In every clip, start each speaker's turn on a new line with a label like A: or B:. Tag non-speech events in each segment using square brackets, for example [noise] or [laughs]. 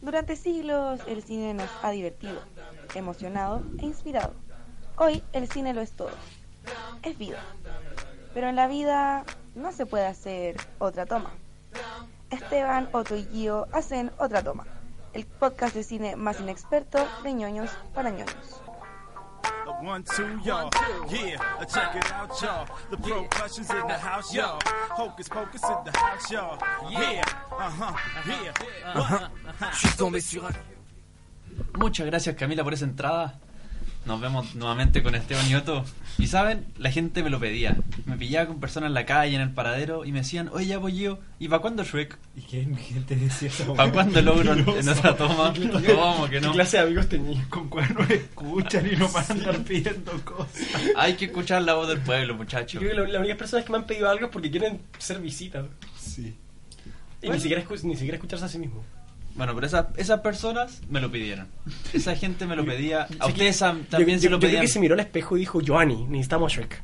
A: Durante siglos el cine nos ha divertido, emocionado e inspirado. Hoy el cine lo es todo. Es vida. Pero en la vida no se puede hacer otra toma. Esteban, Otto y Gio hacen otra toma. El podcast de cine más inexperto de ñoños para ñoños.
B: The one, two, y'all. Yeah, uh, check it out, y'all. The percussions in the house, y'all. Hocus pocus in the house, y'all. Yeah, uh huh, yeah.
C: Je suis tombé sur un-
D: Muchas gracias Camila por esa entrada. Nos vemos nuevamente con Esteban y Otto. Y saben, la gente me lo pedía. Me pillaba con personas en la calle, en el paradero, y me decían, oye, ya voy yo, ¿y para cuándo Shrek?
E: ¿Y quién, quién te decía eso?
D: ¿Para cuándo logro en,
F: [laughs]
D: en otra toma? ¿Cómo que no?
E: clase de amigos tenías con cuernos escuchan y no van a andar pidiendo cosas?
D: Hay que escuchar la voz del pueblo, muchachos.
F: Yo creo que la- las únicas personas que me han pedido algo es porque quieren ser visitas.
E: Sí.
F: Y ni, siquiera escu- ni siquiera escucharse a sí mismo.
D: Bueno, pero esas, esas personas me lo pidieron. Esa gente me lo pedía. A
F: Sí,
D: ustedes am-
F: yo-
D: también
F: yo-
D: se lo
F: yo creo
D: pedían.
F: que se miró al espejo y dijo, Joanny, necesitamos a Shrek.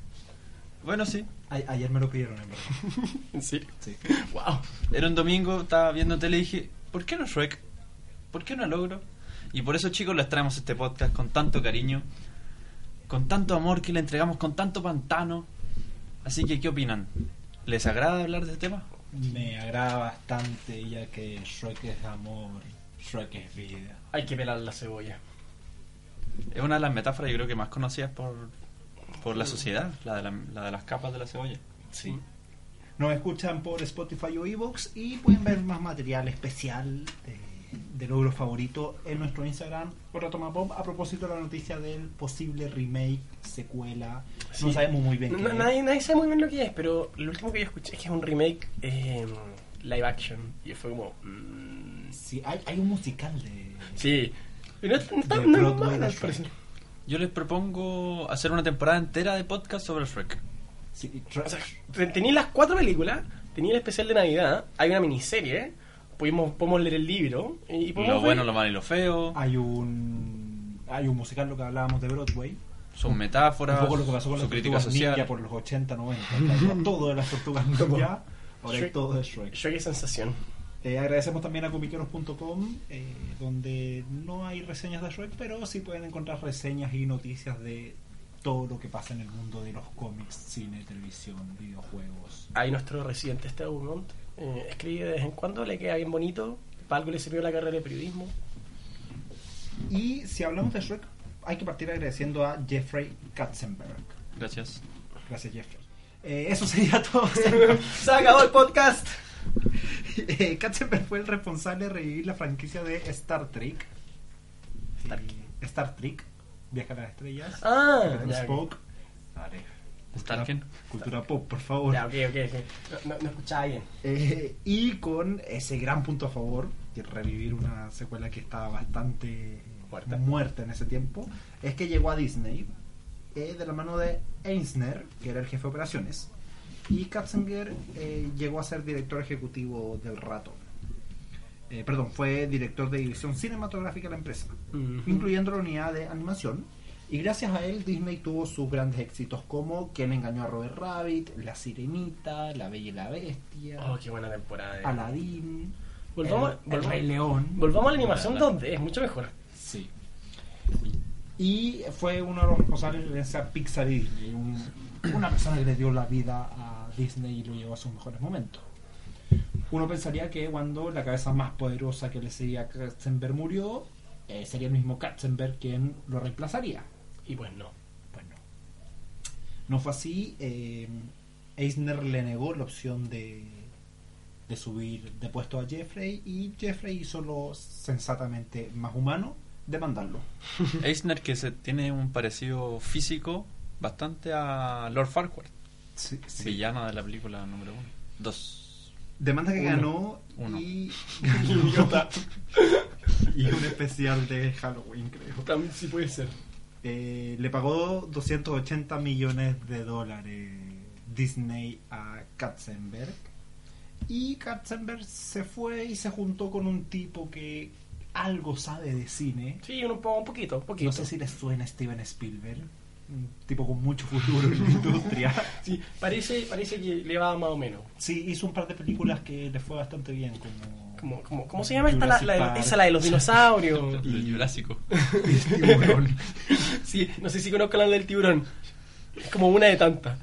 D: Bueno, sí.
E: A- ayer me lo pidieron, en verdad.
F: ¿En serio?
E: Sí.
F: Wow.
D: Era un domingo, estaba viendo tele y dije, ¿por qué no Shrek? ¿Por qué no logro? Y por eso, chicos, les traemos este podcast con tanto cariño, con tanto amor que le entregamos, con tanto pantano. Así que, ¿qué opinan? ¿Les agrada hablar de este tema?
E: Me agrada bastante ya que Shrek es amor, Shrek es vida.
F: Hay que pelar la cebolla.
D: Es una de las metáforas, yo creo que más conocidas por, por la sociedad, la de, la- la de las capas de la cebolla.
E: Sí. Nos escuchan por Spotify o Evox y pueden ver más material especial de, de logro favorito en nuestro Instagram, por Toma Pop, a propósito de la noticia del posible remake, secuela. No
F: Sí.
E: sabemos muy bien.
F: No-
E: qué
F: nadie, nadie sabe muy bien lo que es, pero lo último que yo escuché es que es un remake eh, live action. Y fue como... mm,
E: es. Sí, hay, hay un musical de.
F: sí. Y no, no, está-
E: De
F: no es
E: Broadway
F: malo,
E: a
F: al
E: Shrek.
F: parecer.
D: Yo les propongo hacer una temporada entera de podcast sobre Shrek.
E: Sí, y Shrek-
F: O sea, te- tenía las cuatro películas, tenía el especial de Navidad, hay una miniserie, pudimos, podemos leer el libro y, y podemos
D: Lo
F: ver-
D: bueno, lo malo y lo feo,
E: hay un. Hay un musical, lo que hablábamos de Broadway.
D: sus metáforas,
E: un poco lo que pasó con
D: su
E: las
D: crítica
E: tortugas
D: social.
E: ninja por los 80, 90. que había todo de las tortugas ninja. Ahora hay
F: Shrek.
E: todo de Shrek.
F: Yo qué sensación.
E: Eh, agradecemos también a comiqueros.com, eh, donde no hay reseñas de Shrek, pero sí pueden encontrar reseñas y noticias de todo lo que pasa en el mundo de los cómics, cine, televisión, videojuegos.
F: Ahí nuestro residente Esteban Dumont eh, escribe de vez en cuando, le queda bien bonito, para algo le sirvió la carrera de periodismo. [laughs]
E: Y si hablamos de Shrek, hay que partir agradeciendo a Jeffrey Katzenberg.
D: Gracias.
E: Gracias, Jeffrey. Eh, eso sería [laughs] todo.
F: ¡Se acabó el podcast!
E: [laughs] Eh, Katzenberg fue el responsable de revivir la franquicia de Star Trek.
F: Star-
E: Eh, Star Trek, Viaje a las Estrellas.
F: Ah, ya, ok.
E: Spoke. Vale.
D: Starken.
E: Cultura pop, por favor.
F: Ya, ok, ok, ok. No, no- no escuchaba bien.
E: Eh, y con ese gran punto a favor, de revivir una secuela que estaba bastante
F: Muerta.
E: muerta en ese tiempo, es que llegó a Disney eh, de la mano de Eisner, que era el jefe de operaciones, y Katzinger eh, llegó a ser director ejecutivo del rato. Eh, perdón, fue director de división cinematográfica de la empresa incluyendo la unidad de animación. Y gracias a él, Disney tuvo sus grandes éxitos como Quien engañó a Robert Rabbit, La Sirenita, La Bella y la Bestia,
F: Oh, qué buena temporada. eh.
E: Aladdin,
F: Volvamos-
E: el, el
F: volvamos-
E: Rey León.
F: Volvamos a la animación donde es mucho mejor.
E: Sí. Y fue uno de los responsables de esa Pixar y Disney, un- una persona que le dio la vida a Disney y lo llevó a sus mejores momentos. Uno pensaría que cuando la cabeza más poderosa que le seguía a Katzenberg murió, eh, sería el mismo Katzenberg quien lo reemplazaría.
F: Y pues no.
E: Pues no. No fue así. eh, Eisner le negó la opción de, de subir de puesto a Jeffrey y Jeffrey hizo lo sensatamente más humano, demandarlo.
D: Eisner que se tiene un parecido físico bastante a Lord Farquhar,
E: Sí,
D: villano de la película número uno. Dos.
E: Demanda que
F: Uno.
E: ganó
D: Uno.
E: y... [laughs] y un especial de Halloween, creo.
F: También sí puede ser.
E: Eh, le pagó 280 millones de dólares Disney a Katzenberg. Y Katzenberg se fue y se juntó con un tipo que algo sabe de cine.
F: Sí, un, po- un poquito, un poquito.
E: No sé si les suena Steven Spielberg. un tipo con mucho futuro en la industria.
F: Sí, parece, parece que le va más o menos.
E: Sí, hizo un par de películas que le fue bastante bien, como...
F: Como, como- ¿Cómo se llama esta? La, la de-
E: Jurassic Park.
F: esa, la de
D: [laughs]
F: los dinosaurios. [laughs]
D: El Jurásico.
E: Tiburón.
F: Sí, no sé si conozco la del tiburón. Es como una de tantas.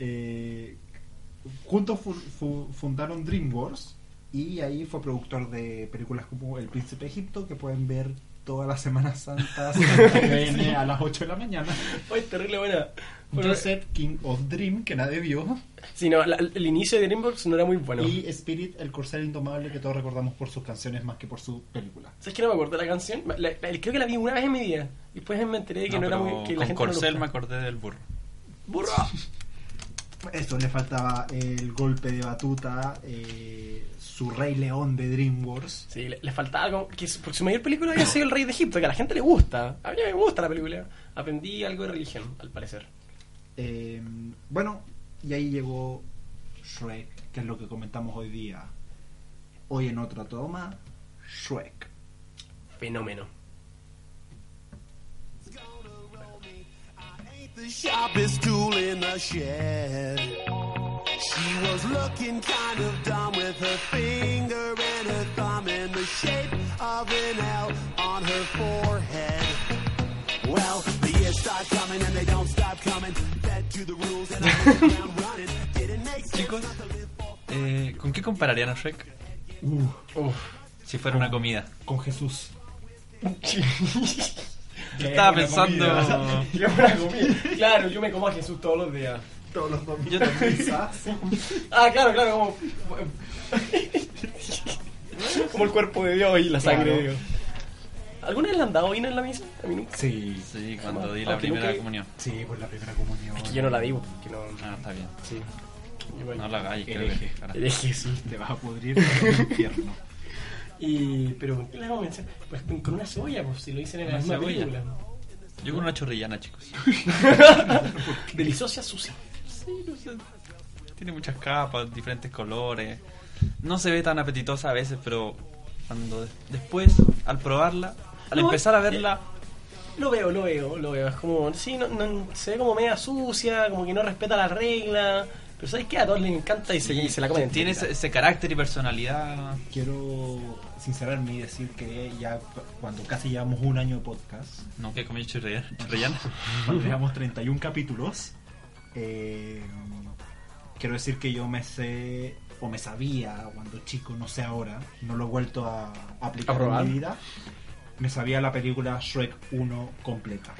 E: Eh, juntos fu- fu- fundaron DreamWorks y ahí fue productor de películas como El Príncipe de Egipto, que pueden ver todas las Semanas Santas en TVN a las 8 de la mañana.
F: Ay, terrible buena. Bueno,
E: Joseph, King of Dream, que nadie vio.
F: sí, no, la- el inicio de Dreamworks no era muy bueno.
E: Y Spirit, el corcel indomable que todos recordamos por sus canciones más que por su película.
F: ¿Sabes que no me acuerdo de la canción? La- la- creo que la vi una vez en mi vida. Después me enteré de que no, era muy. Que
D: con
F: la gente no le
D: Corcel me
F: gustaba.
D: acordé del burro.
F: ¡Burro! [laughs]
E: Eso le faltaba el golpe de batuta, eh, su Rey León de DreamWorks.
F: Sí, le, le faltaba algo. Que su, porque su mayor película había sido El Rey de Egipto, que a la gente le gusta. A mí me gusta la película. Aprendí algo de religión, al parecer.
E: Eh, bueno, y ahí llegó Shrek, que es lo que comentamos hoy día. Hoy en otra toma, Shrek.
F: Fenómeno.
G: the sharpest tool in the shed. She was looking kind of dumb with her finger and her thumb in the shape of an L on her forehead. Well, the years start coming and they don't stop coming. Fed to the rules and I went around running. Didn't make sense
D: Chicos.
G: not to live for
D: Eh, ¿Con qué compararían a Shrek?
F: Uf.
D: Si fuera una comida.
F: Eh,
E: Con Jesús.
F: [laughs]
D: Yo estaba pensando.
F: Qué buena comida. Claro, yo me como a Jesús todos los días.
E: Todos los domingos.
D: Yo también.
F: [laughs] Ah, claro, claro, como. como el cuerpo de Dios y la sangre
E: Claro.
F: de Dios. ¿Alguna vez le han dado vino en la misa? A mí nunca. Ah,
E: Sí,
D: Sí, cuando di la
F: Aunque
D: primera
F: nunca-
D: comunión.
E: sí, por la primera comunión.
F: pues Es que yo no la digo, porque no.
D: Ah, está bien.
F: Sí. Igual.
D: No la hagáis, creo
F: Hereje.
D: que- ahora.
F: Hereje, sí.
E: Te vas a pudrir en el infierno.
F: Y, pero ¿con qué la vamos a hacer? Pues con, con una cebolla, pues si lo dicen en la
D: Una
F: misma
D: cebolla.
F: película.
D: Yo con una chorrillana, chicos. [laughs]
F: Deliciosa sucia.
D: Tiene muchas capas, diferentes colores. No se ve tan apetitosa a veces, pero cuando des- después, al probarla, al
F: No,
D: empezar a
F: eh,
D: verla,
F: Lo veo, lo veo, lo veo. Es como, sí, no, no- se ve como media sucia, como que no respeta la regla. Pero ¿sabes qué? A todos les encanta y se, y se la comen.
D: tiene ese,
F: entera.
D: ese carácter y personalidad.
E: [laughs] Quiero sincerarme y decir que ya cuando casi llevamos un año de podcast,
D: No, que comí chorrillana. chorrillana.
F: [laughs]
E: cuando llevamos 31 capítulos, eh, quiero decir que yo me sé o me sabía cuando chico, no sé ahora, no lo he vuelto a aplicar
F: ¿A probar?
E: en mi vida. Me sabía la película Shrek 1 completa,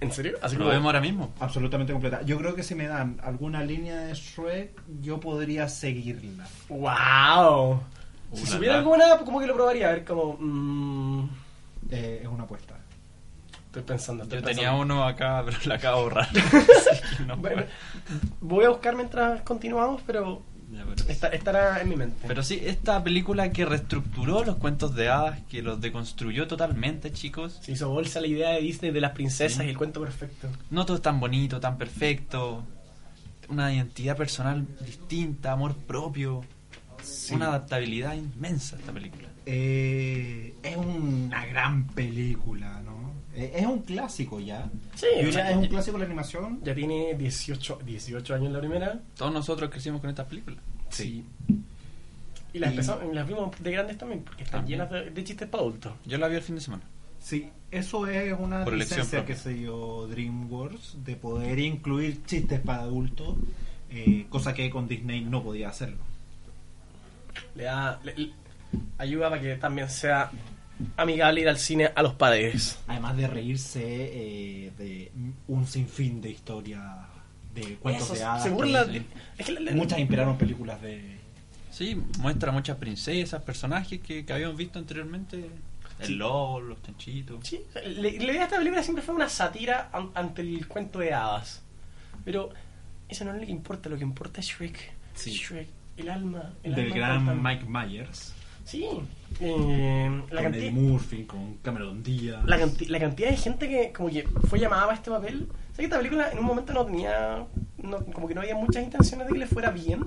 F: ¿En serio? Así como-
D: Probemos ahora mismo.
E: absolutamente completa. Yo creo que si me dan alguna línea de Shrek, yo podría seguirla.
F: ¡Wow! Si
D: Uh, la
F: supiera
D: la.
F: algo nada, como que lo probaría. A ver, como. mm,
E: Eh, es una apuesta.
F: estoy pensando. Estoy
D: Yo tenía
F: pensando.
D: uno acá, pero la acabo de
F: [laughs]
D: borrar. No,
F: Bueno,
D: bueno.
F: voy a buscar mientras continuamos, pero
D: Ya, pero-
F: esta- estará en mi mente.
D: Pero sí, esta película que reestructuró los cuentos de hadas, que los deconstruyó totalmente, chicos.
F: Se hizo bolsa la idea de Disney de las princesas
D: Sí.
F: y el cuento perfecto.
D: No todo es tan bonito, tan perfecto. Una identidad personal distinta, amor propio. Una adaptabilidad inmensa a esta película.
E: Eh, es una gran película, ¿no? Eh, es un clásico ya.
F: Sí,
E: Yo
F: o
E: diría,
F: sea,
E: es un
F: ya-
E: clásico de la animación.
F: Ya tiene 18, 18 años la primera.
D: Todos nosotros crecimos con esta película.
E: Sí.
F: Y las,
E: Y-
F: empezamos- las vimos de grandes también, porque están
D: También.
F: llenas de, de chistes para adultos.
D: Yo la vi el fin de semana.
E: Sí, eso es una
D: Por elección
E: licencia
D: propia.
E: que se dio DreamWorks de poder incluir chistes para adultos, eh, cosa que con Disney no podía hacerlo.
F: Le da. le- le- ayuda para que también sea amigable ir al cine a los padres.
E: Además de reírse eh, de un sinfín de historias, de cuentos
F: Eso,
E: de hadas.
F: se
E: que
F: burla
E: dicen.
F: de- es que la- la-
E: Muchas inspiraron películas de...
D: Sí, muestra muchas princesas, personajes que, que habíamos visto anteriormente. El lobo, los chanchitos.
F: Sí, la, la idea de esta película siempre fue una sátira an- ante el cuento de hadas. Pero eso no es lo que importa, lo que importa es Shrek.
E: Sí.
F: Shrek, el alma. El
E: Del
F: alma
E: gran
F: cantante.
E: Mike Myers,
F: Sí. eh, la,
E: con Eddie
F: cantidad,
E: Murphy, con Cameron Díaz.
F: la, canti- la cantidad de gente que como que fue llamada para este papel. O sea que esta película en un momento no tenía. no- como que no había muchas intenciones de que le fuera bien.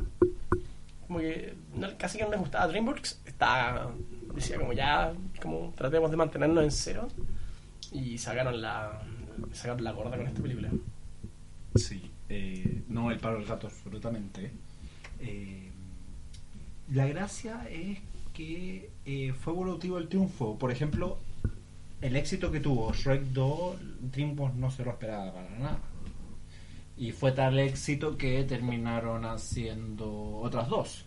F: Como que no- casi que no les gustaba DreamWorks. Estaba, decía como ya, como tratemos de mantenernos en cero. Y sacaron la, sacaron la gorda con esta película.
E: Sí, eh, no el paro del gato, absolutamente. Eh, la gracia es que eh, fue evolutivo el triunfo. Por ejemplo, el éxito que tuvo Shrek 2, DreamWorks no se lo esperaba para nada. Y fue tal éxito que terminaron haciendo otras dos.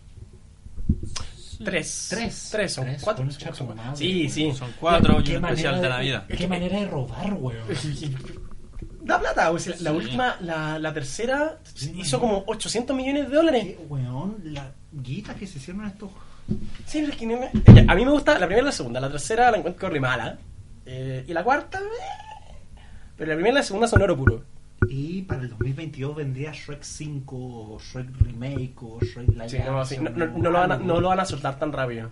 F: Tres.
E: Tres.
F: Tres son
E: Tres,
F: cuatro.
E: concha
F: son
E: tu
F: cuatro.
E: madre.
F: Sí, sí.
D: Son cuatro y
E: Qué
D: un especial
E: manera
D: de Navidad.
E: Qué manera de robar, weón.
F: [laughs] Da plata, o sea, la
D: Sí.
F: última, la, la tercera,
E: Sí,
F: hizo
E: man.
F: como 800 millones de dólares.
E: Qué weón, la guita que se hicieron estos.
F: Sí, pero es que no me- ya, A mí me gusta la primera y la segunda. La tercera la encuentro re mala. Eh, y la cuarta. eh. Pero la primera y la segunda son oro puro.
E: Y para el 2022 vendría Shrek 5, o Shrek Remake, o Shrek Live
F: Sí, no, sí,
E: action,
F: no, no-
E: o
F: no lo van a,
E: algo.
F: no lo van a soltar tan rápido.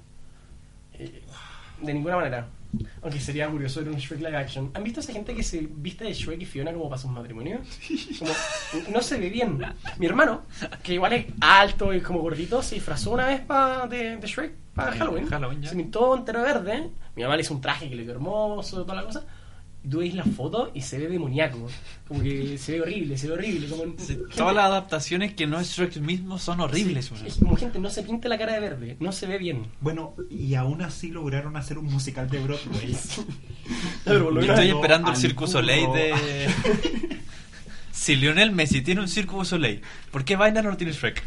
F: Eh, De ninguna manera. Aunque sería curioso ver un Shrek live action. ¿Han visto esa gente que se viste de Shrek y Fiona como para sus matrimonios? Como, no se ve bien. Mi hermano, que igual es alto y como gordito, se disfrazó una vez pa- de, de Shrek para
D: Sí,
F: Halloween.
D: Halloween, ya.
F: se pintó entero de verde. Mi mamá le hizo un traje que le quedó hermoso, toda la cosa. Y tú veis la foto y se ve demoníaco. Como que se ve horrible, se ve horrible. Como
D: Sí,
F: gente-
D: Todas las adaptaciones que no es Shrek mismo son horribles.
F: Sí,
D: weón.
F: es como gente, no se pinte la cara de verde, no se ve bien.
E: Bueno, y aún así lograron hacer un musical de
F: [laughs]
E: Broadway.
F: Pero por lo
D: Yo
F: menos-
D: estoy esperando el
E: al
D: Circo
E: burro.
D: Soleil de. [laughs] si Lionel Messi tiene un Circo Soleil, ¿por qué Vaina no tiene Shrek?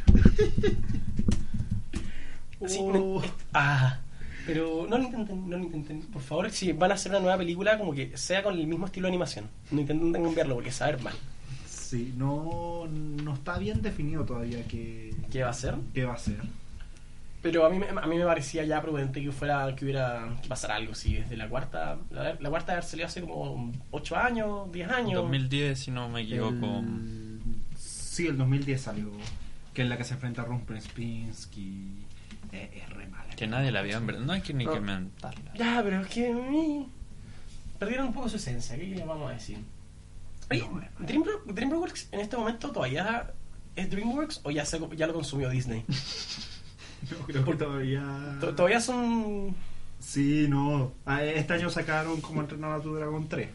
F: Sí, no-
E: Oh,
F: es- ah, pero no lo intenten, no lo intenten. Por favor, si van a hacer una nueva película, como que sea con el mismo estilo de animación. No intenten cambiarlo porque saber mal
E: Sí, no, no está bien definido todavía qué,
F: qué va a ser.
E: qué va a ser.
F: Pero a mí, me- a mí me parecía ya prudente que fuera que hubiera que pasara algo, sí, desde la cuarta, la, la cuarta de haber salido hace como 8 años, 10 años.
D: 2010, si no me equivoco.
E: El- Sí, el 2010 salió. Que es la que se enfrenta a Ron Prinspinsky. Eh, es re mala.
D: Que nadie la vio, en verdad. No hay que ni
F: No. Eh,
D: que mentarla.
F: Ya, pero es que mm, perdieron un poco su esencia, ¿qué le vamos a decir? Oye,
E: No, es
F: Dreamworks, Dreamworks en este momento todavía es DreamWorks o ya, se, ya lo consumió Disney.
E: Yo creo que todavía.
F: To- Todavía son.
E: Sí, no. Ah, Este año sacaron como entrenar a tu dragón 3.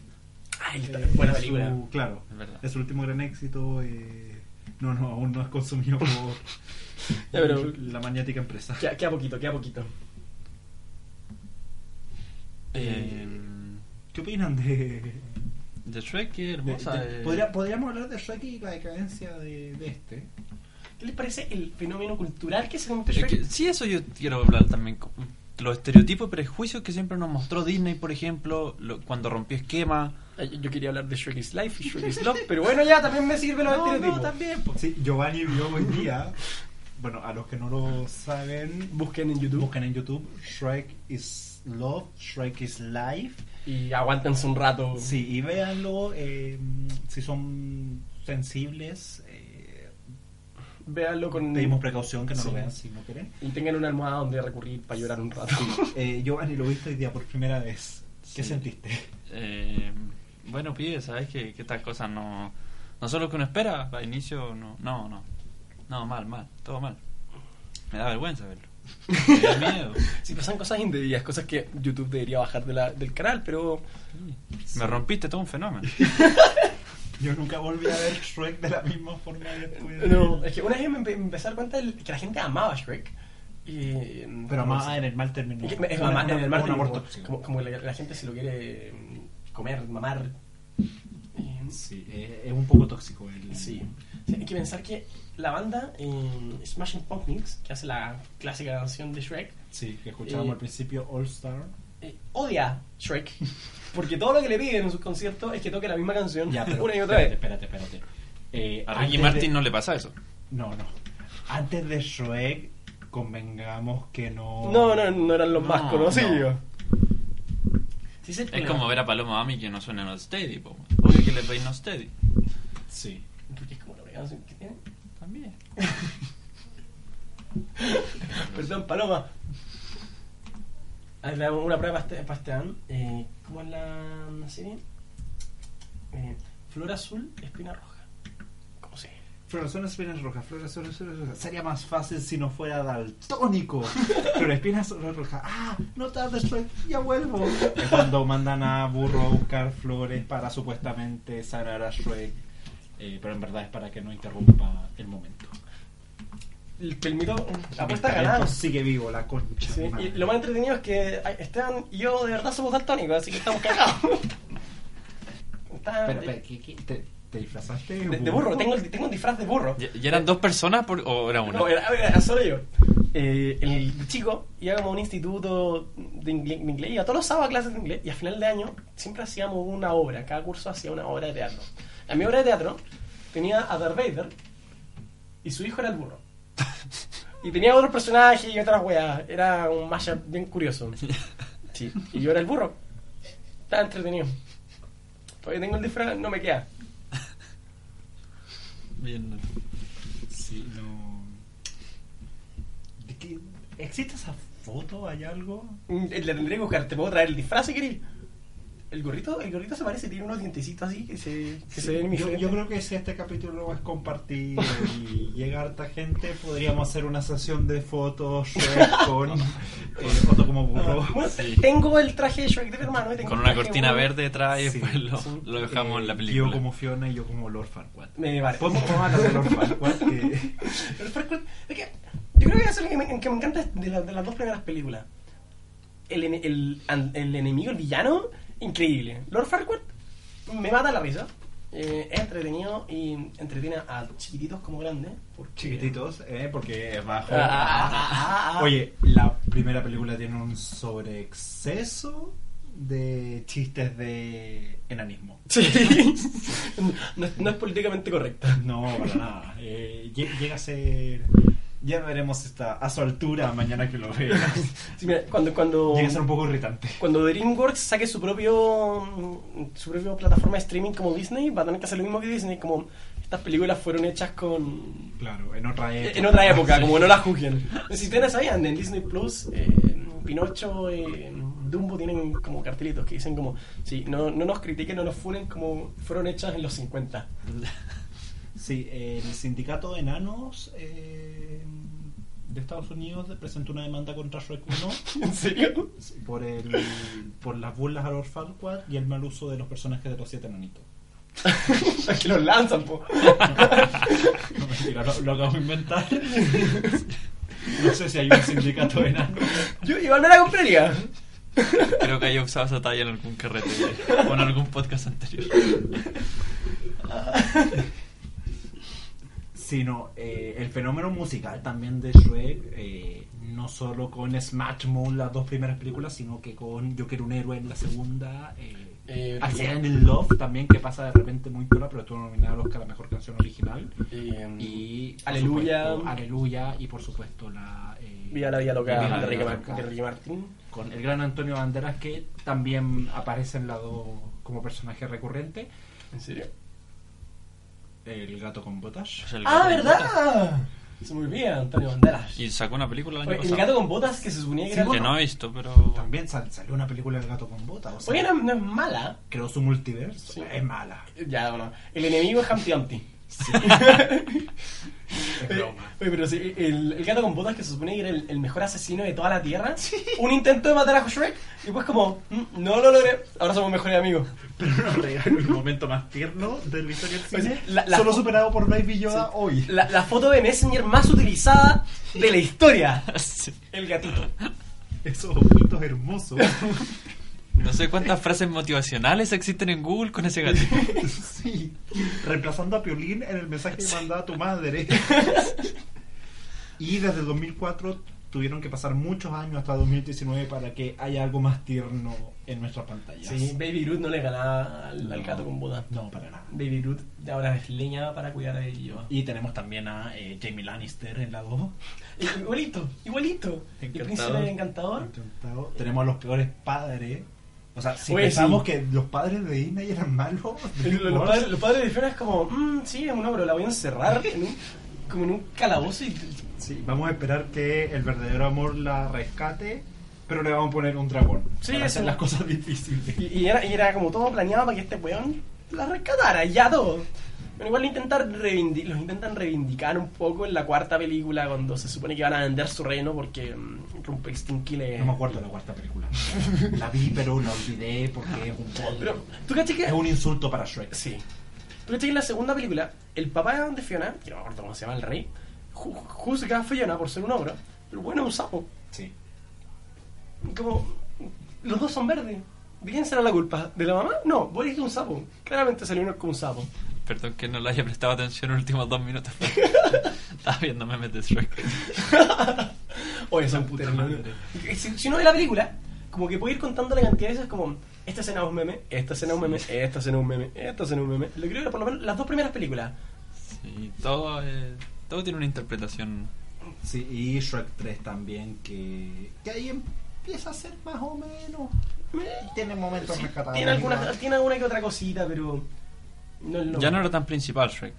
F: Ay, está-
E: Eh,
F: Ah, buena
E: es
F: película.
E: su- claro,
D: Es verdad.
E: es su último gran éxito. eh, no, no, aún no es consumido por
F: [laughs] Ya, pero-
E: la maniática empresa.
F: Queda, queda poquito, queda poquito.
D: Eh,
E: ¿Qué opinan de.?
D: de Shrek, qué
E: de-
D: hermosa.
E: de-
D: eh.
E: podría- podríamos hablar de Shrek y la decadencia de, de este.
F: ¿Qué les parece el fenómeno cultural que se convirtió
D: Es
F: Shrek?
D: que- sí, eso yo quiero hablar también. co- Los estereotipos y prejuicios que siempre nos mostró Disney, por ejemplo, lo- cuando rompió esquema.
F: Ay, Yo quería hablar de Shrek is Life y Shrek is [laughs] Love, pero bueno, ya también me sirve lo
D: No,
F: del
D: no, también. po.
E: Sí, Giovanni vio hoy día. bueno, a los que no lo saben,
F: Busquen en YouTube
E: busquen en YouTube Shrek is Love, Shrek is Life.
F: y aguántense un rato.
E: Sí, y véanlo eh, si son sensibles. eh,
F: Véanlo con.
E: pedimos precaución que no
F: Sí.
E: lo vean si no quieren.
F: Y tengan una almohada donde recurrir para llorar un rato. [laughs]
E: Eh, Giovanni, lo viste hoy día por primera vez. ¿Qué
D: Sí.
E: sentiste? [laughs]
D: Eh, bueno, pibe, sabes que, que estas cosas no, no son lo que uno espera. Al inicio, no, no, no. No, mal, mal, todo mal. Me da vergüenza verlo. Me da miedo.
F: Sí, pasan cosas indebidas, cosas que YouTube debería bajar de la- del canal, pero
D: Me rompiste todo un fenómeno.
E: Yo nunca volví a ver Shrek de la misma forma después. de-
F: no. Es que una vez me, empe- me empecé a dar cuenta del- que la gente amaba a Shrek. Y,
E: Pero
F: no
E: más
F: sé.
E: en el mal término.
F: Es que es
E: Una-
F: mamá- en
E: una-
F: el mar
E: un aborto.
F: como, como, como la, la gente se lo quiere mm, comer, mamar. Eh,
E: Sí, eh, es un poco tóxico el.
F: Sí. Sí, Hay que pensar que la banda eh, Smashing Pumpkins, que hace la clásica canción de Shrek,
E: Sí, que escuchábamos
F: Eh,
E: al principio All Star.
F: [laughs] eh, odia Shrek. Porque todo lo que le piden en sus conciertos es que toque la misma canción [laughs] una y otra
E: espérate,
F: vez.
E: Espérate, espérate. Eh,
D: A Ricky
E: antes
D: Martin
E: de-
D: no le pasa eso.
E: No, no. Antes de Shrek, convengamos que no.
F: No, no, no eran los
D: No,
F: más conocidos. Sí, el
D: Es
F: problema.
D: como ver a Paloma Mami que no suena en Steady. po. Obvio que le veis no Steady.
E: Sí.
F: Porque es como la única canción que tiene.
D: También.
F: Perdón, Paloma. A ver, le hago una prueba para Esteban. Eh, ¿Cómo es la serie? Eh, Flor azul, espina roja. ¿Cómo se?
E: Florazón, espinas rojas, florazón, espinas rojas. Sería más fácil si no
F: [laughs]
E: fuera daltónico. Pero espinas rojas. Ah, no tardes, Shrek, ya vuelvo. Es cuando mandan a Burro a buscar flores para supuestamente sanar a Shrek. eh, pero en verdad es para que no interrumpa el momento.
F: El pelmito apuesta
E: El talento
F: ganada.
E: Sigue vivo la concha.
F: Sí,
E: madre.
F: y lo más entretenido es que ay, Esteban y yo de verdad somos daltónicos, así que estamos cagados. Está-
E: Pero, pero, ¿qué- qué- te, te disfrazaste
F: de, de burro, tengo, el- tengo un disfraz de burro.
D: ¿Y eran dos personas por- o era una?
F: No, era, era solo yo. Eh, el chico iba como a un instituto de ingle- de inglés, iba todos los sábados a clases de inglés y a final de año siempre hacíamos una obra, cada curso hacía una obra de teatro. La mi obra de teatro tenía a Darth Vader y su hijo era el burro. Y tenía otros personajes y otras weas, era un mashup bien curioso. Sí, y yo era el burro. Estaba entretenido. Todavía tengo el disfraz, no me queda.
D: Bien.
E: Sí, no. ¿De qué- ¿Existe esa foto? ¿Hay algo?
F: Mm, Le tendré que buscar, te puedo traer el disfraz si querés. El gorrito, el gorrito se parece, tiene unos dientecitos así que se, que se ven
E: yo,
F: diferentes.
E: yo creo que si este capítulo es compartido y llega harta gente, podríamos hacer una sesión de [laughs] fotos Shrek, con eh, foto como burro.
F: Ah, bueno,
D: Sí.
F: Tengo el traje de Shrek del hermano y tengo
D: Con
F: el
D: una
F: traje
D: cortina
F: de-
D: verde detrás y
E: Sí,
D: después lo,
F: sí.
D: lo dejamos en la
E: Eh,
D: película.
E: Yo como Fiona y yo como Lord Farquaad.
F: Me vale.
E: Podemos tomar la de Lord Farquaad [laughs] que.
F: Pero Far Cry- es que yo creo que eso es lo que me, que me encanta de, la- de las dos primeras películas. El, ene- el, an- el enemigo, el villano, increíble. Lord Farquaad me mata la risa. Eh, es entretenido y entretiene a chiquititos como grandes. porque-
E: Chiquititos, eh, porque es bajo.
F: Ah, ah, ah, ah.
E: Oye, la primera película tiene un sobreexceso de chistes de enanismo.
F: Sí. [laughs] No, es- no es políticamente correcta.
E: No, para nada. Eh, lle- llega a ser. Ya veremos esta a su altura mañana que
F: [laughs]
E: lo veas.
F: Sí, mira, cuando cuando
E: Llega a ser un poco irritante.
F: cuando DreamWorks saque su propio mm, su propia plataforma de streaming como Disney, va a tener que hacer lo mismo que Disney, como estas películas fueron hechas con
E: Eh, Claro, en otra época.
F: en otra época, como no la juzguen. Si ustedes no sabían, en Disney Plus, eh, Pinocho eh, Dumbo tienen como cartelitos que dicen como, sí, no, no nos critiquen, no nos funen como fueron hechas en los 50.
E: Sí, eh, el sindicato de enanos eh, de Estados Unidos presentó una demanda contra Shrek 1
F: ¿En serio? [laughs]
E: Sí, por, el, por las burlas a Lord Farquaad y el mal uso de los personajes de los siete enanitos.
F: Es que los lanzan, po.
E: No, mentira, lo, lo acabo de inventar. No sé si hay un sindicato de enanos.
F: Yo igual me la compraría.
D: Creo que haya usado esa talla en algún carrete o en algún podcast anterior.
E: Sino eh, el fenómeno musical también de Shrek, eh, no solo con Smash Mouth, las dos primeras películas, sino que con Yo quiero un héroe en la segunda. Eh,
F: Eh,
E: Hacían el Love también, que pasa de repente muy piola, pero estuvo nominada al Oscar a Mejor Canción Original.
D: eh,
E: Y por
F: Aleluya.
E: supuesto, Aleluya y por supuesto la... eh,
F: Vía la Vía Loca
E: Viva la
F: de Ricky,
E: Vida
F: Mar-
E: Loca.
F: de Ricky Martin.
E: con el gran Antonio Banderas que también aparece en la do- como personaje recurrente
F: ¿En serio?
E: el gato con botas
D: O sea, pues, el
F: ¡Ah,
D: gato con botas.
F: verdad! Se me olvida Antonio Banderas.
D: Y sacó una película el año
F: Oye, el
D: pasado.
F: gato con botas que se suponía que
E: Sí,
F: era...
D: Que
E: bueno.
D: no he visto, pero.
E: también sal- salió una película del gato con botas o sea,
F: Oye, no, no es mala.
E: creó su multiverso
F: Sí.
E: es mala
F: Ya, bueno. El enemigo es Humpty Dumpty. [laughs]
E: es
F: Oye,
E: broma
F: oye, pero sí, el, el gato con botas que se supone que era el, el mejor asesino de toda la Tierra. Un intento de matar a Shrek. Y pues como, "Mm, no lo logré. Ahora somos mejores amigos.
E: pero [laughs] no regalan el momento más tierno de la historia del
F: Oye,
E: cine
F: la- la-
E: solo superado por Baby Yoda
F: Sí.
E: hoy
F: La, la foto de Messenger más utilizada de la historia.
D: Sí.
F: El gatito.
E: esos ojitos hermosos
D: [laughs]
E: [laughs]
D: No sé cuántas frases motivacionales existen en Google con ese
F: [laughs]
D: gatito.
E: [laughs] sí reemplazando a Piolín en el mensaje que mandaba tu [laughs] madre y desde el 2004 tuvieron que pasar muchos años hasta 2019 para que haya algo más tierno en nuestras pantallas
F: Sí, Baby Ruth no le ganaba al, al gato con botas.
E: no para nada
F: Baby Ruth ahora es leña para cuidar a Yoda.
E: y tenemos también a eh, Jamie Lannister en la 2
F: Igualito, igualito. El
D: Encantador.
F: príncipe encantador.
E: Encantado. tenemos a los peores padres o sea si
F: Oye,
E: pensamos
F: sí.
E: que los padres de Disney eran [laughs] malos
F: Los los padres, los padres de Fiona es como, "Mm, sí, es uno, pero la voy a encerrar en un, como en un calabozo y
E: Sí, vamos a esperar que el verdadero amor la rescate pero le vamos a poner un dragón
F: Sí,
E: para hacer
F: eso.
E: las cosas [laughs] difíciles
F: Y, y era, y era como todo planeado para que este weón la rescatara, ya todo. Bueno, igual lo intentar reivindi- los intentan reivindicar un poco en la cuarta película cuando se supone que van a vender su reino porque mm, Rumpelstiltskin le...
E: No me acuerdo de la cuarta película. [laughs] La vi, pero la olvidé porque es un bodrio.
F: Pero, ¿tú caché que...?
E: Es un insulto para Shrek.
F: Sí. ¿Tú caché que en la segunda película el papá de Fiona, que no me acuerdo cómo se llama el rey, ju- juzga a Fiona por ser un ogro, pero bueno, es un sapo.
E: Sí.
F: Como, los dos son verdes. ¿De quién será la culpa? ¿De la mamá? No, Boris es un sapo. Claramente salió uno como un sapo.
D: Perdón que no le haya prestado atención en los últimos dos minutos.
F: [laughs]
D: Estaba viendo memes de Shrek.
F: Oye, son putas. Si, si uno ve la película, como que puede ir contando la cantidad de veces como esta escena es un meme, esta escena es un meme, esta escena es un meme, esta escena es un meme. Lo creo que por lo menos las dos primeras películas.
D: Sí, todo, eh, todo tiene una interpretación.
E: Sí, y Shrek 3 también, que, que ahí empieza a ser más o menos. Tiene momentos rescatados.
F: Tiene alguna, tiene alguna que otra cosita, pero no es lo
D: Ya no era tan principal Shrek.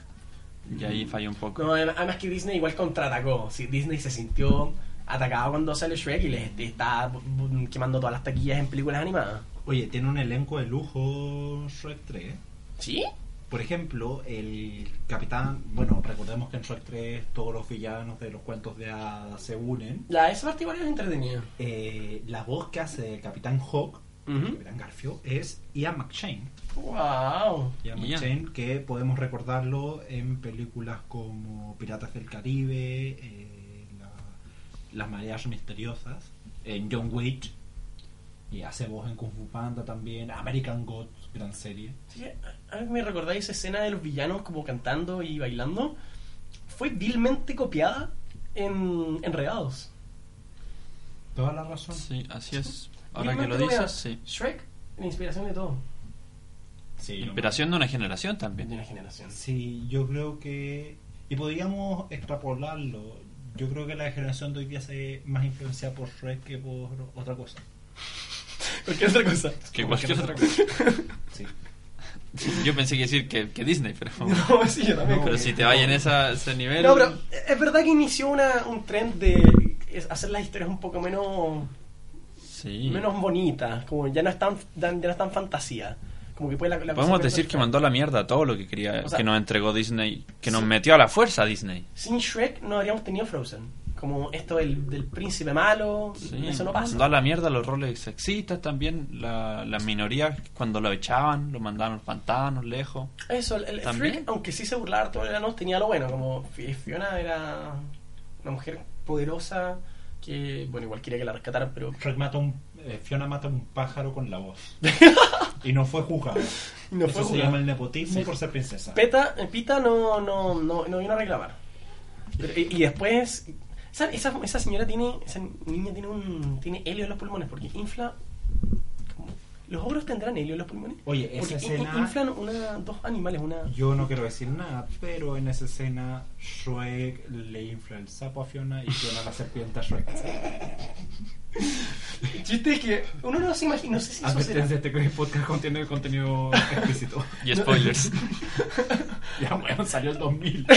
D: Y ahí falló un poco.
F: No, además además que Disney igual contraatacó. Sí, Disney se sintió atacado cuando sale Shrek y les está mm, quemando todas las taquillas en películas animadas.
E: Oye, tiene un elenco de lujo Shrek ¿eh? 3.
F: ¿Sí?
E: Por ejemplo, el capitán. Bueno, recordemos que en Shrek 3 todos los villanos de los cuentos de hadas se unen.
F: La, esa parte igual es entretenida.
E: Eh, la voz que hace el capitán Hawk,
D: ¿Mm?
E: el
F: Ujú.
E: capitán Garfio, es Ian McShane.
F: Wow.
E: Ian
D: Ian.
E: McShane, que podemos recordarlo en películas como Piratas del Caribe, eh, la- Las Mareas Misteriosas, en John Wick, y hace voz en Kung Fu Panda también, American Gods, gran serie.
F: Sí, eh, a a mí me recordáis esa escena de los villanos como cantando y bailando. Fue vilmente copiada en Enredados.
E: Toda la razón.
D: Sí, así es. Ahora que
F: Vilmente
D: lo
F: copiada.
D: dices, sí.
F: Shrek, la inspiración de todo.
E: Sí,
D: Inspiración de una generación
F: De
D: también.
F: una generación.
E: Sí, yo creo que. Y podríamos extrapolarlo. Yo creo que la generación de hoy día se más influenciada por Shrek que por otra cosa.
F: [laughs] Cualquier otra cosa.
D: Que cualquier otra cosa.
E: Sí.
D: [laughs] Yo pensé que decir que, que Disney, pero.
F: [laughs] No, sí, yo también.
D: Pero si te vas en esa, ese nivel.
F: No, pero es verdad que inició una, un trend de es- hacer las historias un poco menos,
D: Sí.
F: menos bonitas, como ya no es tan, tan- ya no es tan fantasía. Como que puede la, la cosa
D: Podemos
F: puede
D: decir
F: ser-
D: que mandó a la mierda todo lo que quería,
F: O sea,
D: que nos entregó Disney, que nos
F: sí.
D: metió a la fuerza Disney.
F: Sin Shrek no habríamos tenido Frozen. Como esto del, del príncipe malo,
D: Sí,
F: eso no
D: mandó a
F: pasa.
D: la mierda los roles sexistas también, la- las minorías cuando lo echaban, lo mandaban a los pantanos, lejos.
F: Eso, el, el
D: También.
F: Shrek, aunque sí se burlaba todo el verano, tenía lo bueno. Como Fi- Fiona era una mujer poderosa que, bueno, igual quería que la rescataran, pero
E: Shrek mata un. eh, Fiona mata un pájaro con la voz.
F: [laughs]
E: y no fue juzgada.
F: no
E: Eso
F: fue
E: se
F: jugada.
E: llama el nepotismo por ser princesa.
F: Peta, Pita no, no, no, no vino a reclamar. Pero- y, y después. Esa, esa, esa señora tiene. Esa niña tiene un. Tiene helio en los pulmones porque infla. como- ¿Los ogros tendrán helio en los pulmones?
E: Oye, esa
F: Porque in- in-
E: escena-
F: inflan una, dos animales, una.
E: Yo no quiero decir nada, pero en esa escena Shrek le infla el sapo a Fiona y Fiona la serpiente a Shrek.
F: El chiste es que uno no se imagina, no sé si eso será.
E: Advertencia, este podcast contiene contenido
F: [laughs]
E: explícito.
D: Y spoilers.
E: ya, bueno, salió el 2000.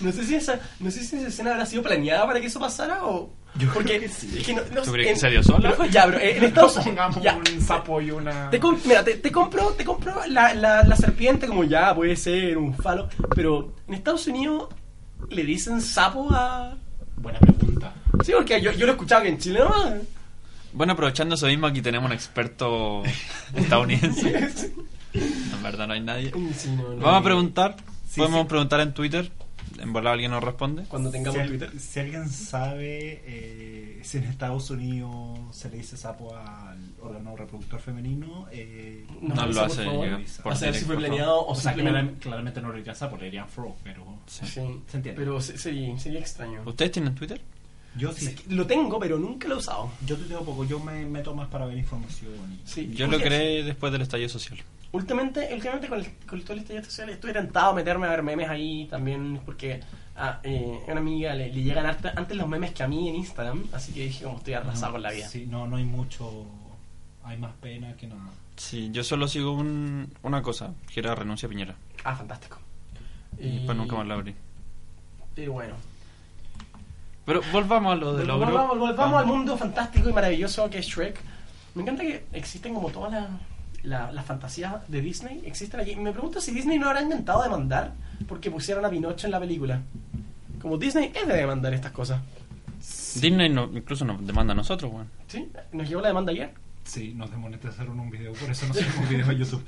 F: No sé si esa, no sé si esa escena habrá sido planeada para que eso pasara o.
E: Yo creo
F: porque
E: que sí.
F: es que no, no
D: ¿Tú
F: sé,
D: crees que
F: en-
D: se dio sola?
F: pero- ya, pero eh, en Estados
E: Pongamos
F: ya.
E: un sapo y una.
F: Te com- mira, te, te compro, te compro la, la- la serpiente como ya puede ser un falo, pero en Estados Unidos le dicen sapo a...
E: Buena pregunta.
F: Sí, porque yo, yo lo escuchaba que en Chile nomás.
D: Bueno, aprovechando eso mismo, aquí tenemos un
F: [laughs]
D: experto estadounidense. En verdad no hay nadie. Vamos a preguntar,
E: Sí,
D: podemos
E: sí.
D: preguntar en Twitter, en verdad alguien nos responde.
F: Cuando tengamos
E: Si, al-
F: Twitter.
E: si alguien sabe eh, si en Estados Unidos se le dice sapo al órgano reproductor femenino, eh,
F: No,
D: No,
F: avisa,
D: lo
F: por
D: hace
F: favor.
D: llegar
E: avisa.
D: por
F: a saber
D: direct,
F: si fue
D: por favor.
F: planeado o,
E: o sea,
F: simplemente...
E: claramente, claramente no le dirían sapo, le dirían frog, pero
D: Sí.
F: Sí,
E: Se entiende.
F: Pero se- sería, sería extraño.
D: ¿Ustedes tienen Twitter?
E: yo
F: Sí,
E: sí,
F: Lo tengo, pero nunca lo he usado.
E: yo tuteo poco, yo me meto más para ver información. y-
F: Sí,
D: Yo lo
F: porque
D: creé después del estallido social.
F: Últimamente, últimamente con, el, con todo el estallido social estuve tentado a meterme a ver memes ahí también porque a eh, a una amiga le, le llegan harta- antes los memes que a mí en Instagram, así que dije como estoy arrasado con la vida.
E: Sí, no, no hay mucho. Hay más pena que nada.
D: Sí, yo solo sigo un- una cosa, que era renuncia a Piñera.
F: Ah, fantástico.
D: Y después nunca más la abrí.
F: Pero bueno.
D: Pero volvamos a lo del Ah. ogro.
F: Volvamos, volvamos al mundo fantástico y maravilloso que es Shrek. Me encanta que existen como todas las... la- las fantasías de Disney existen aquí. Me pregunto si Disney no habrá intentado demandar porque pusieron a Pinocho en la película. Como Disney es de demandar estas cosas.
D: Disney no- incluso nos demanda a nosotros, weón.
F: ¿Sí? Nos llegó la demanda ayer.
E: Sí, nos demonetizaron un video, por eso no subimos videos
F: [laughs]
E: a YouTube.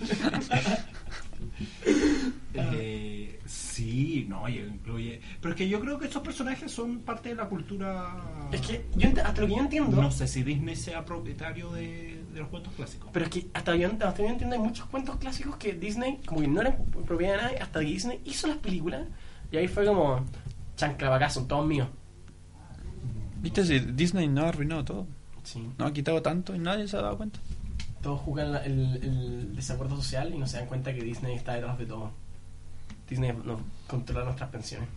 E: Eh, sí, no, y incluye. Pero es que yo creo que estos personajes son parte de la cultura.
F: Es que yo ent- hasta lo que yo entiendo.
E: No sé si Disney sea propietario de, de los cuentos clásicos.
F: Pero es que hasta yo, hasta yo entiendo, hay muchos cuentos clásicos que Disney, como que no eran propiedad de nadie, hasta que Disney hizo las películas. Y ahí fue como, chancla para acá, son todos míos.
D: Viste, si Disney no ha arruinado todo.
F: Sí.
D: No ha quitado tanto y nadie se ha dado cuenta.
F: Todos juegan la- el, el desacuerdo social y no se dan cuenta que Disney está detrás de todo. Disney no, controla nuestras pensiones.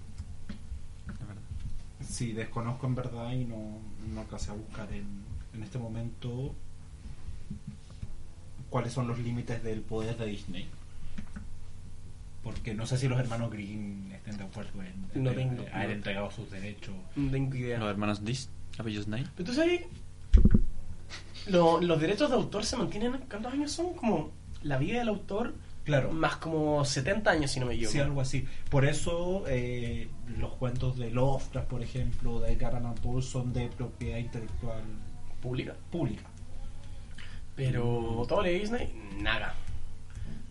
E: Sí, desconozco en verdad y no, no alcancé a buscar en, en este momento cuáles son los límites del poder de Disney. Porque no sé si los hermanos Green estén de acuerdo en, en
F: No
E: en-
F: tengo-
E: en haber
F: no.
E: entregado sus derechos.
F: No tengo idea.
D: Los hermanos Dis, apellidos Disney.
F: Pero tú sabes, lo- los derechos de autor se mantienen, ¿cuántos años son? Como la vida del autor,
E: Claro,
F: más como 70 años, si no me equivoco.
E: sí, algo así. Por eso eh, los cuentos de Lovecraft, por ejemplo, de Edgar Allan Poe son de propiedad intelectual
F: Pública.
E: pública.
F: Pero todo lo de Disney, nada.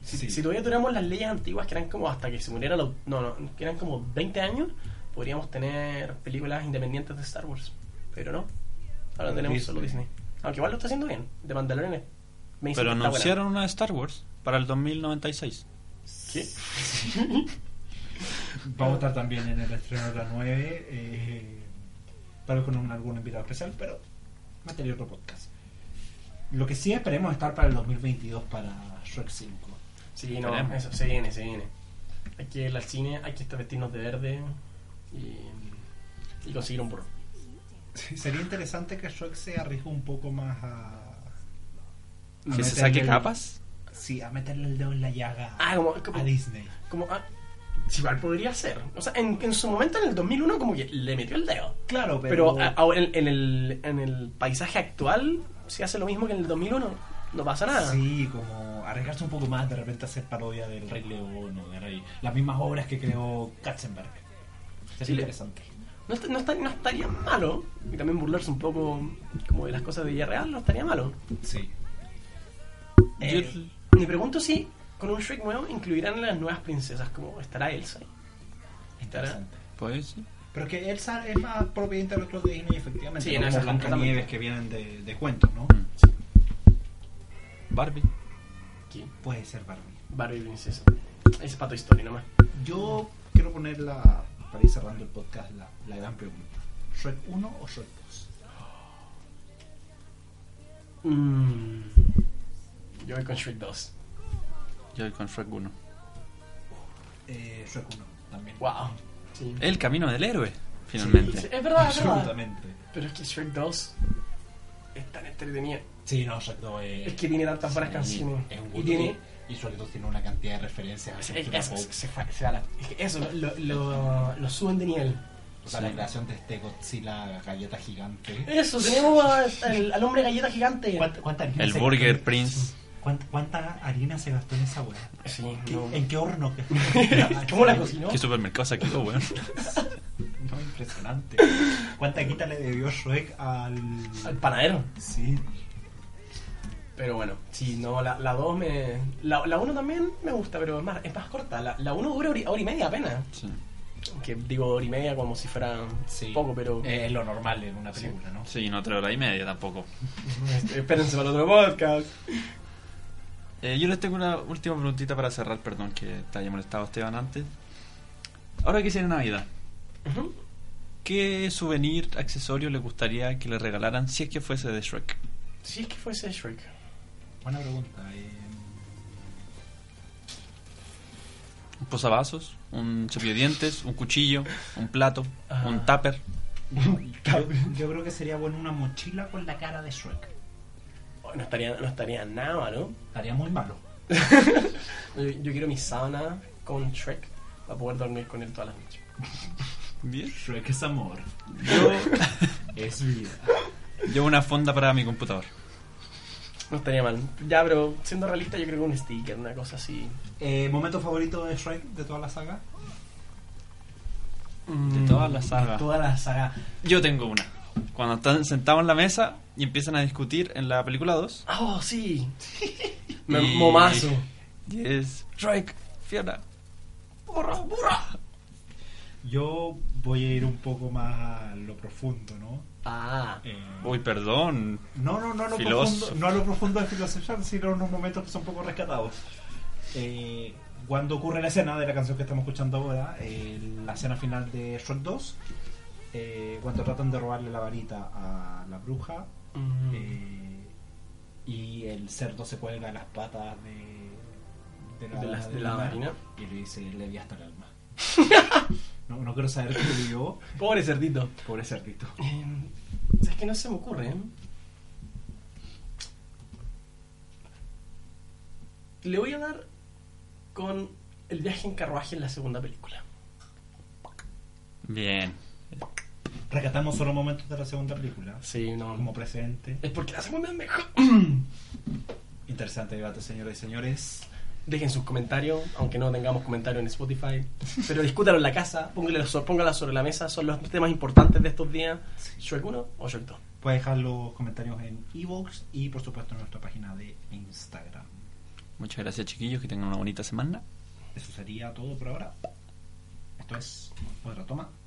F: Si,
E: Sí.
F: si todavía tuviéramos las leyes antiguas que eran como hasta que se muriera la- No, no, que eran como 20 años, podríamos tener películas independientes de Star Wars. Pero no. Ahora
E: Pero
F: tenemos
E: Disney.
F: solo Disney. Aunque igual lo está haciendo bien. De Mandalorian es- me dicen
D: Pero
F: que está buena.
D: anunciaron una de Star Wars para el 2096.
E: [laughs]
F: ¿Qué?
E: Vamos a estar también en el estreno de la 9, eh, tal vez con un, algún invitado especial, pero material otro podcast. Lo que sí esperemos estar para el 2022 para Shrek 5.
F: Sí, no,
D: Esperemos.
F: eso, se viene, se viene. Hay que ir al cine, hay que estar vestirnos de verde y, y conseguir un burro.
E: Sería interesante que Shrek se arriesgue un poco más a... a
D: Que se
E: meterle
D: saque
E: el-
D: capas.
E: Sí, a meterle el dedo en la llaga
F: Ah, como-
E: a Disney.
F: como ah, sí, igual podría ser o sea en, en su momento en el 2001 como que le metió el dedo
E: Claro,
F: pero,
E: pero...
F: a- ahora en, en el, en el paisaje actual si hace lo mismo que en el 2001 no pasa nada
E: Sí, como arriesgarse un poco más, de repente hacer parodia del Rey León o de Rey... Las mismas obras que creó Katzenberg. Sería
F: Sí, le-
E: interesante.
F: no, est- no, está- no estaría malo y también burlarse un poco como de las cosas de Villarreal no estaría malo
E: Sí.
F: Eh, me pregunto si con un Shrek nuevo incluirán a las nuevas princesas como estará Elsa ahí? estará
E: Interesante.
D: Pues sí.
E: Pero que Elsa es más propiedad intelectual de Disney, efectivamente.
F: Sí, no,
E: no como
F: esa es Mm.
E: Blancanieves
F: completamente.
E: que vienen de, de cuentos, ¿no?
D: Barbie.
F: aquí
E: Puede ser Barbie.
F: Barbie princesa es pato historia nomás
E: Yo quiero poner la, para ir cerrando el podcast, la, la gran pregunta. ¿Shrek 1 o Shrek 2?
F: Mm, yo voy con Shrek 2
D: Yo voy con Shrek 1.
E: Eh, Shrek 1 también.
F: wow sí
D: El camino del héroe,
F: Sí,
D: finalmente.
F: es verdad, es verdad.
E: Absolutamente.
F: Pero es que Shrek 2 es tan entretenida.
E: Sí, no, Shrek 2 es,
F: Es que tiene tantas buenas canciones.
E: es un
F: y
E: gusto.
F: tiene.
E: Y Shrek 2 tiene una cantidad de referencias. a
F: es-
E: cultura
F: es-
E: pop.
F: es- Este, se fue- se va la- es que Eso, lo, lo, lo suben de nivel.
E: o sea, la creación de este Godzilla galleta gigante.
F: Eso, tenemos a- este, al, al hombre galleta gigante.
E: ¿Cuánta, cuánta harina
D: El
E: se-
D: Burger Prince.
E: ¿Cuánta, cuánta harina se gastó en esa weá?
F: Sí,
E: ¿Qué-
F: no.
E: ¿En qué horno?
F: [laughs] ¿Cómo la cocinó?
D: Qué supermercado se activó, weón.
E: No, impresionante. ¿Cuánta quita le debió Shrek al.
F: Al panadero.
E: Sí.
F: Pero bueno, sí, no, la, la 2 me. La 1 también me gusta, pero es más, es más corta. La 1 dura hora, y- hora y media apenas.
D: Sí.
F: Que digo hora y media como si fuera poco, pero. [laughs]
E: Eh, Es lo normal en una película, ¿no?
D: Sí, no tres horas y media tampoco.
F: este, Espérense para el otro podcast.
D: Eh, yo les tengo una última preguntita para cerrar, perdón que te haya molestado Esteban antes. Ahora que viene Navidad,
F: Ujú.
D: ¿qué souvenir, accesorio les gustaría que le regalaran si es que fuese de Shrek?
F: Si es que fuese Shrek.
E: Buena pregunta.
F: [laughs]
E: eh,
D: ¿Un posavasos? ¿Un cepillo de dientes? ¿Un cuchillo? ¿Un plato?
F: Ah.
D: ¿Un tupper?
E: Yo, yo creo que sería bueno una mochila con la cara de Shrek.
F: Oh, No estaría, no estaría nada malo.
E: Estaría muy malo.
F: Yo, yo quiero mi sauna con Shrek para poder dormir con él todas las noches.
D: Bien.
E: Shrek es amor.
D: Yo,
E: Es vida.
D: yo una fonda para mi computador.
F: No estaría mal. Ya, pero siendo realista, yo creo que un sticker, una cosa así.
H: Eh, ¿Momento favorito de Shrek de toda la saga?
F: Mm.
D: De toda la
E: Ah.
D: saga.
F: De toda la saga.
D: Yo tengo una. Cuando están sentados en la mesa y empiezan a discutir en la película 2.
F: Ah, Oh, [laughs] sí. Me-
D: Y-
F: Momazo.
D: y es Shrek, Fiona.
F: Burra, burra.
E: Yo voy a ir un poco más a lo profundo, ¿no?
F: Ah.
E: Eh,
D: Uy, perdón.
E: no, no, no a lo
D: Filósofo.
E: profundo, no a lo profundo de filosofía, sino en unos momentos que son poco rescatados. Eh, cuando ocurre la escena de la canción que estamos escuchando ahora, eh, la escena final de Shrek 2, eh, cuando tratan de robarle la varita a la bruja,
F: Mm.
E: eh, y el cerdo se cuelga a las patas de,
F: De la- de la
E: luna
F: varina.
E: y le dice, le di hasta el alma. [laughs] no, no quiero saber qué le dio,
F: Pobre cerdito.
E: pobre cerdito.
F: Eh, ¿Sabes que no se me ocurre? eh? Le voy a dar con el viaje en carruaje en la segunda película.
D: Bien.
E: Rescatamos solo momentos de la segunda película,
F: Sí,
E: como
F: no.
E: precedente.
F: Es porque la segunda es mejor.
E: Interesante debate, señores y señores.
F: Dejen sus comentarios, aunque no tengamos comentarios en Spotify. Pero discútalo en la casa, pónganlos póngalos sobre la mesa. Son los temas importantes de estos días. Shrek 1 o Shrek 2.
E: Puedes dejar los comentarios en Evox y por supuesto en nuestra página de Instagram.
D: Muchas gracias, chiquillos. Que tengan una bonita semana.
E: Eso sería todo por ahora. Esto es otra toma.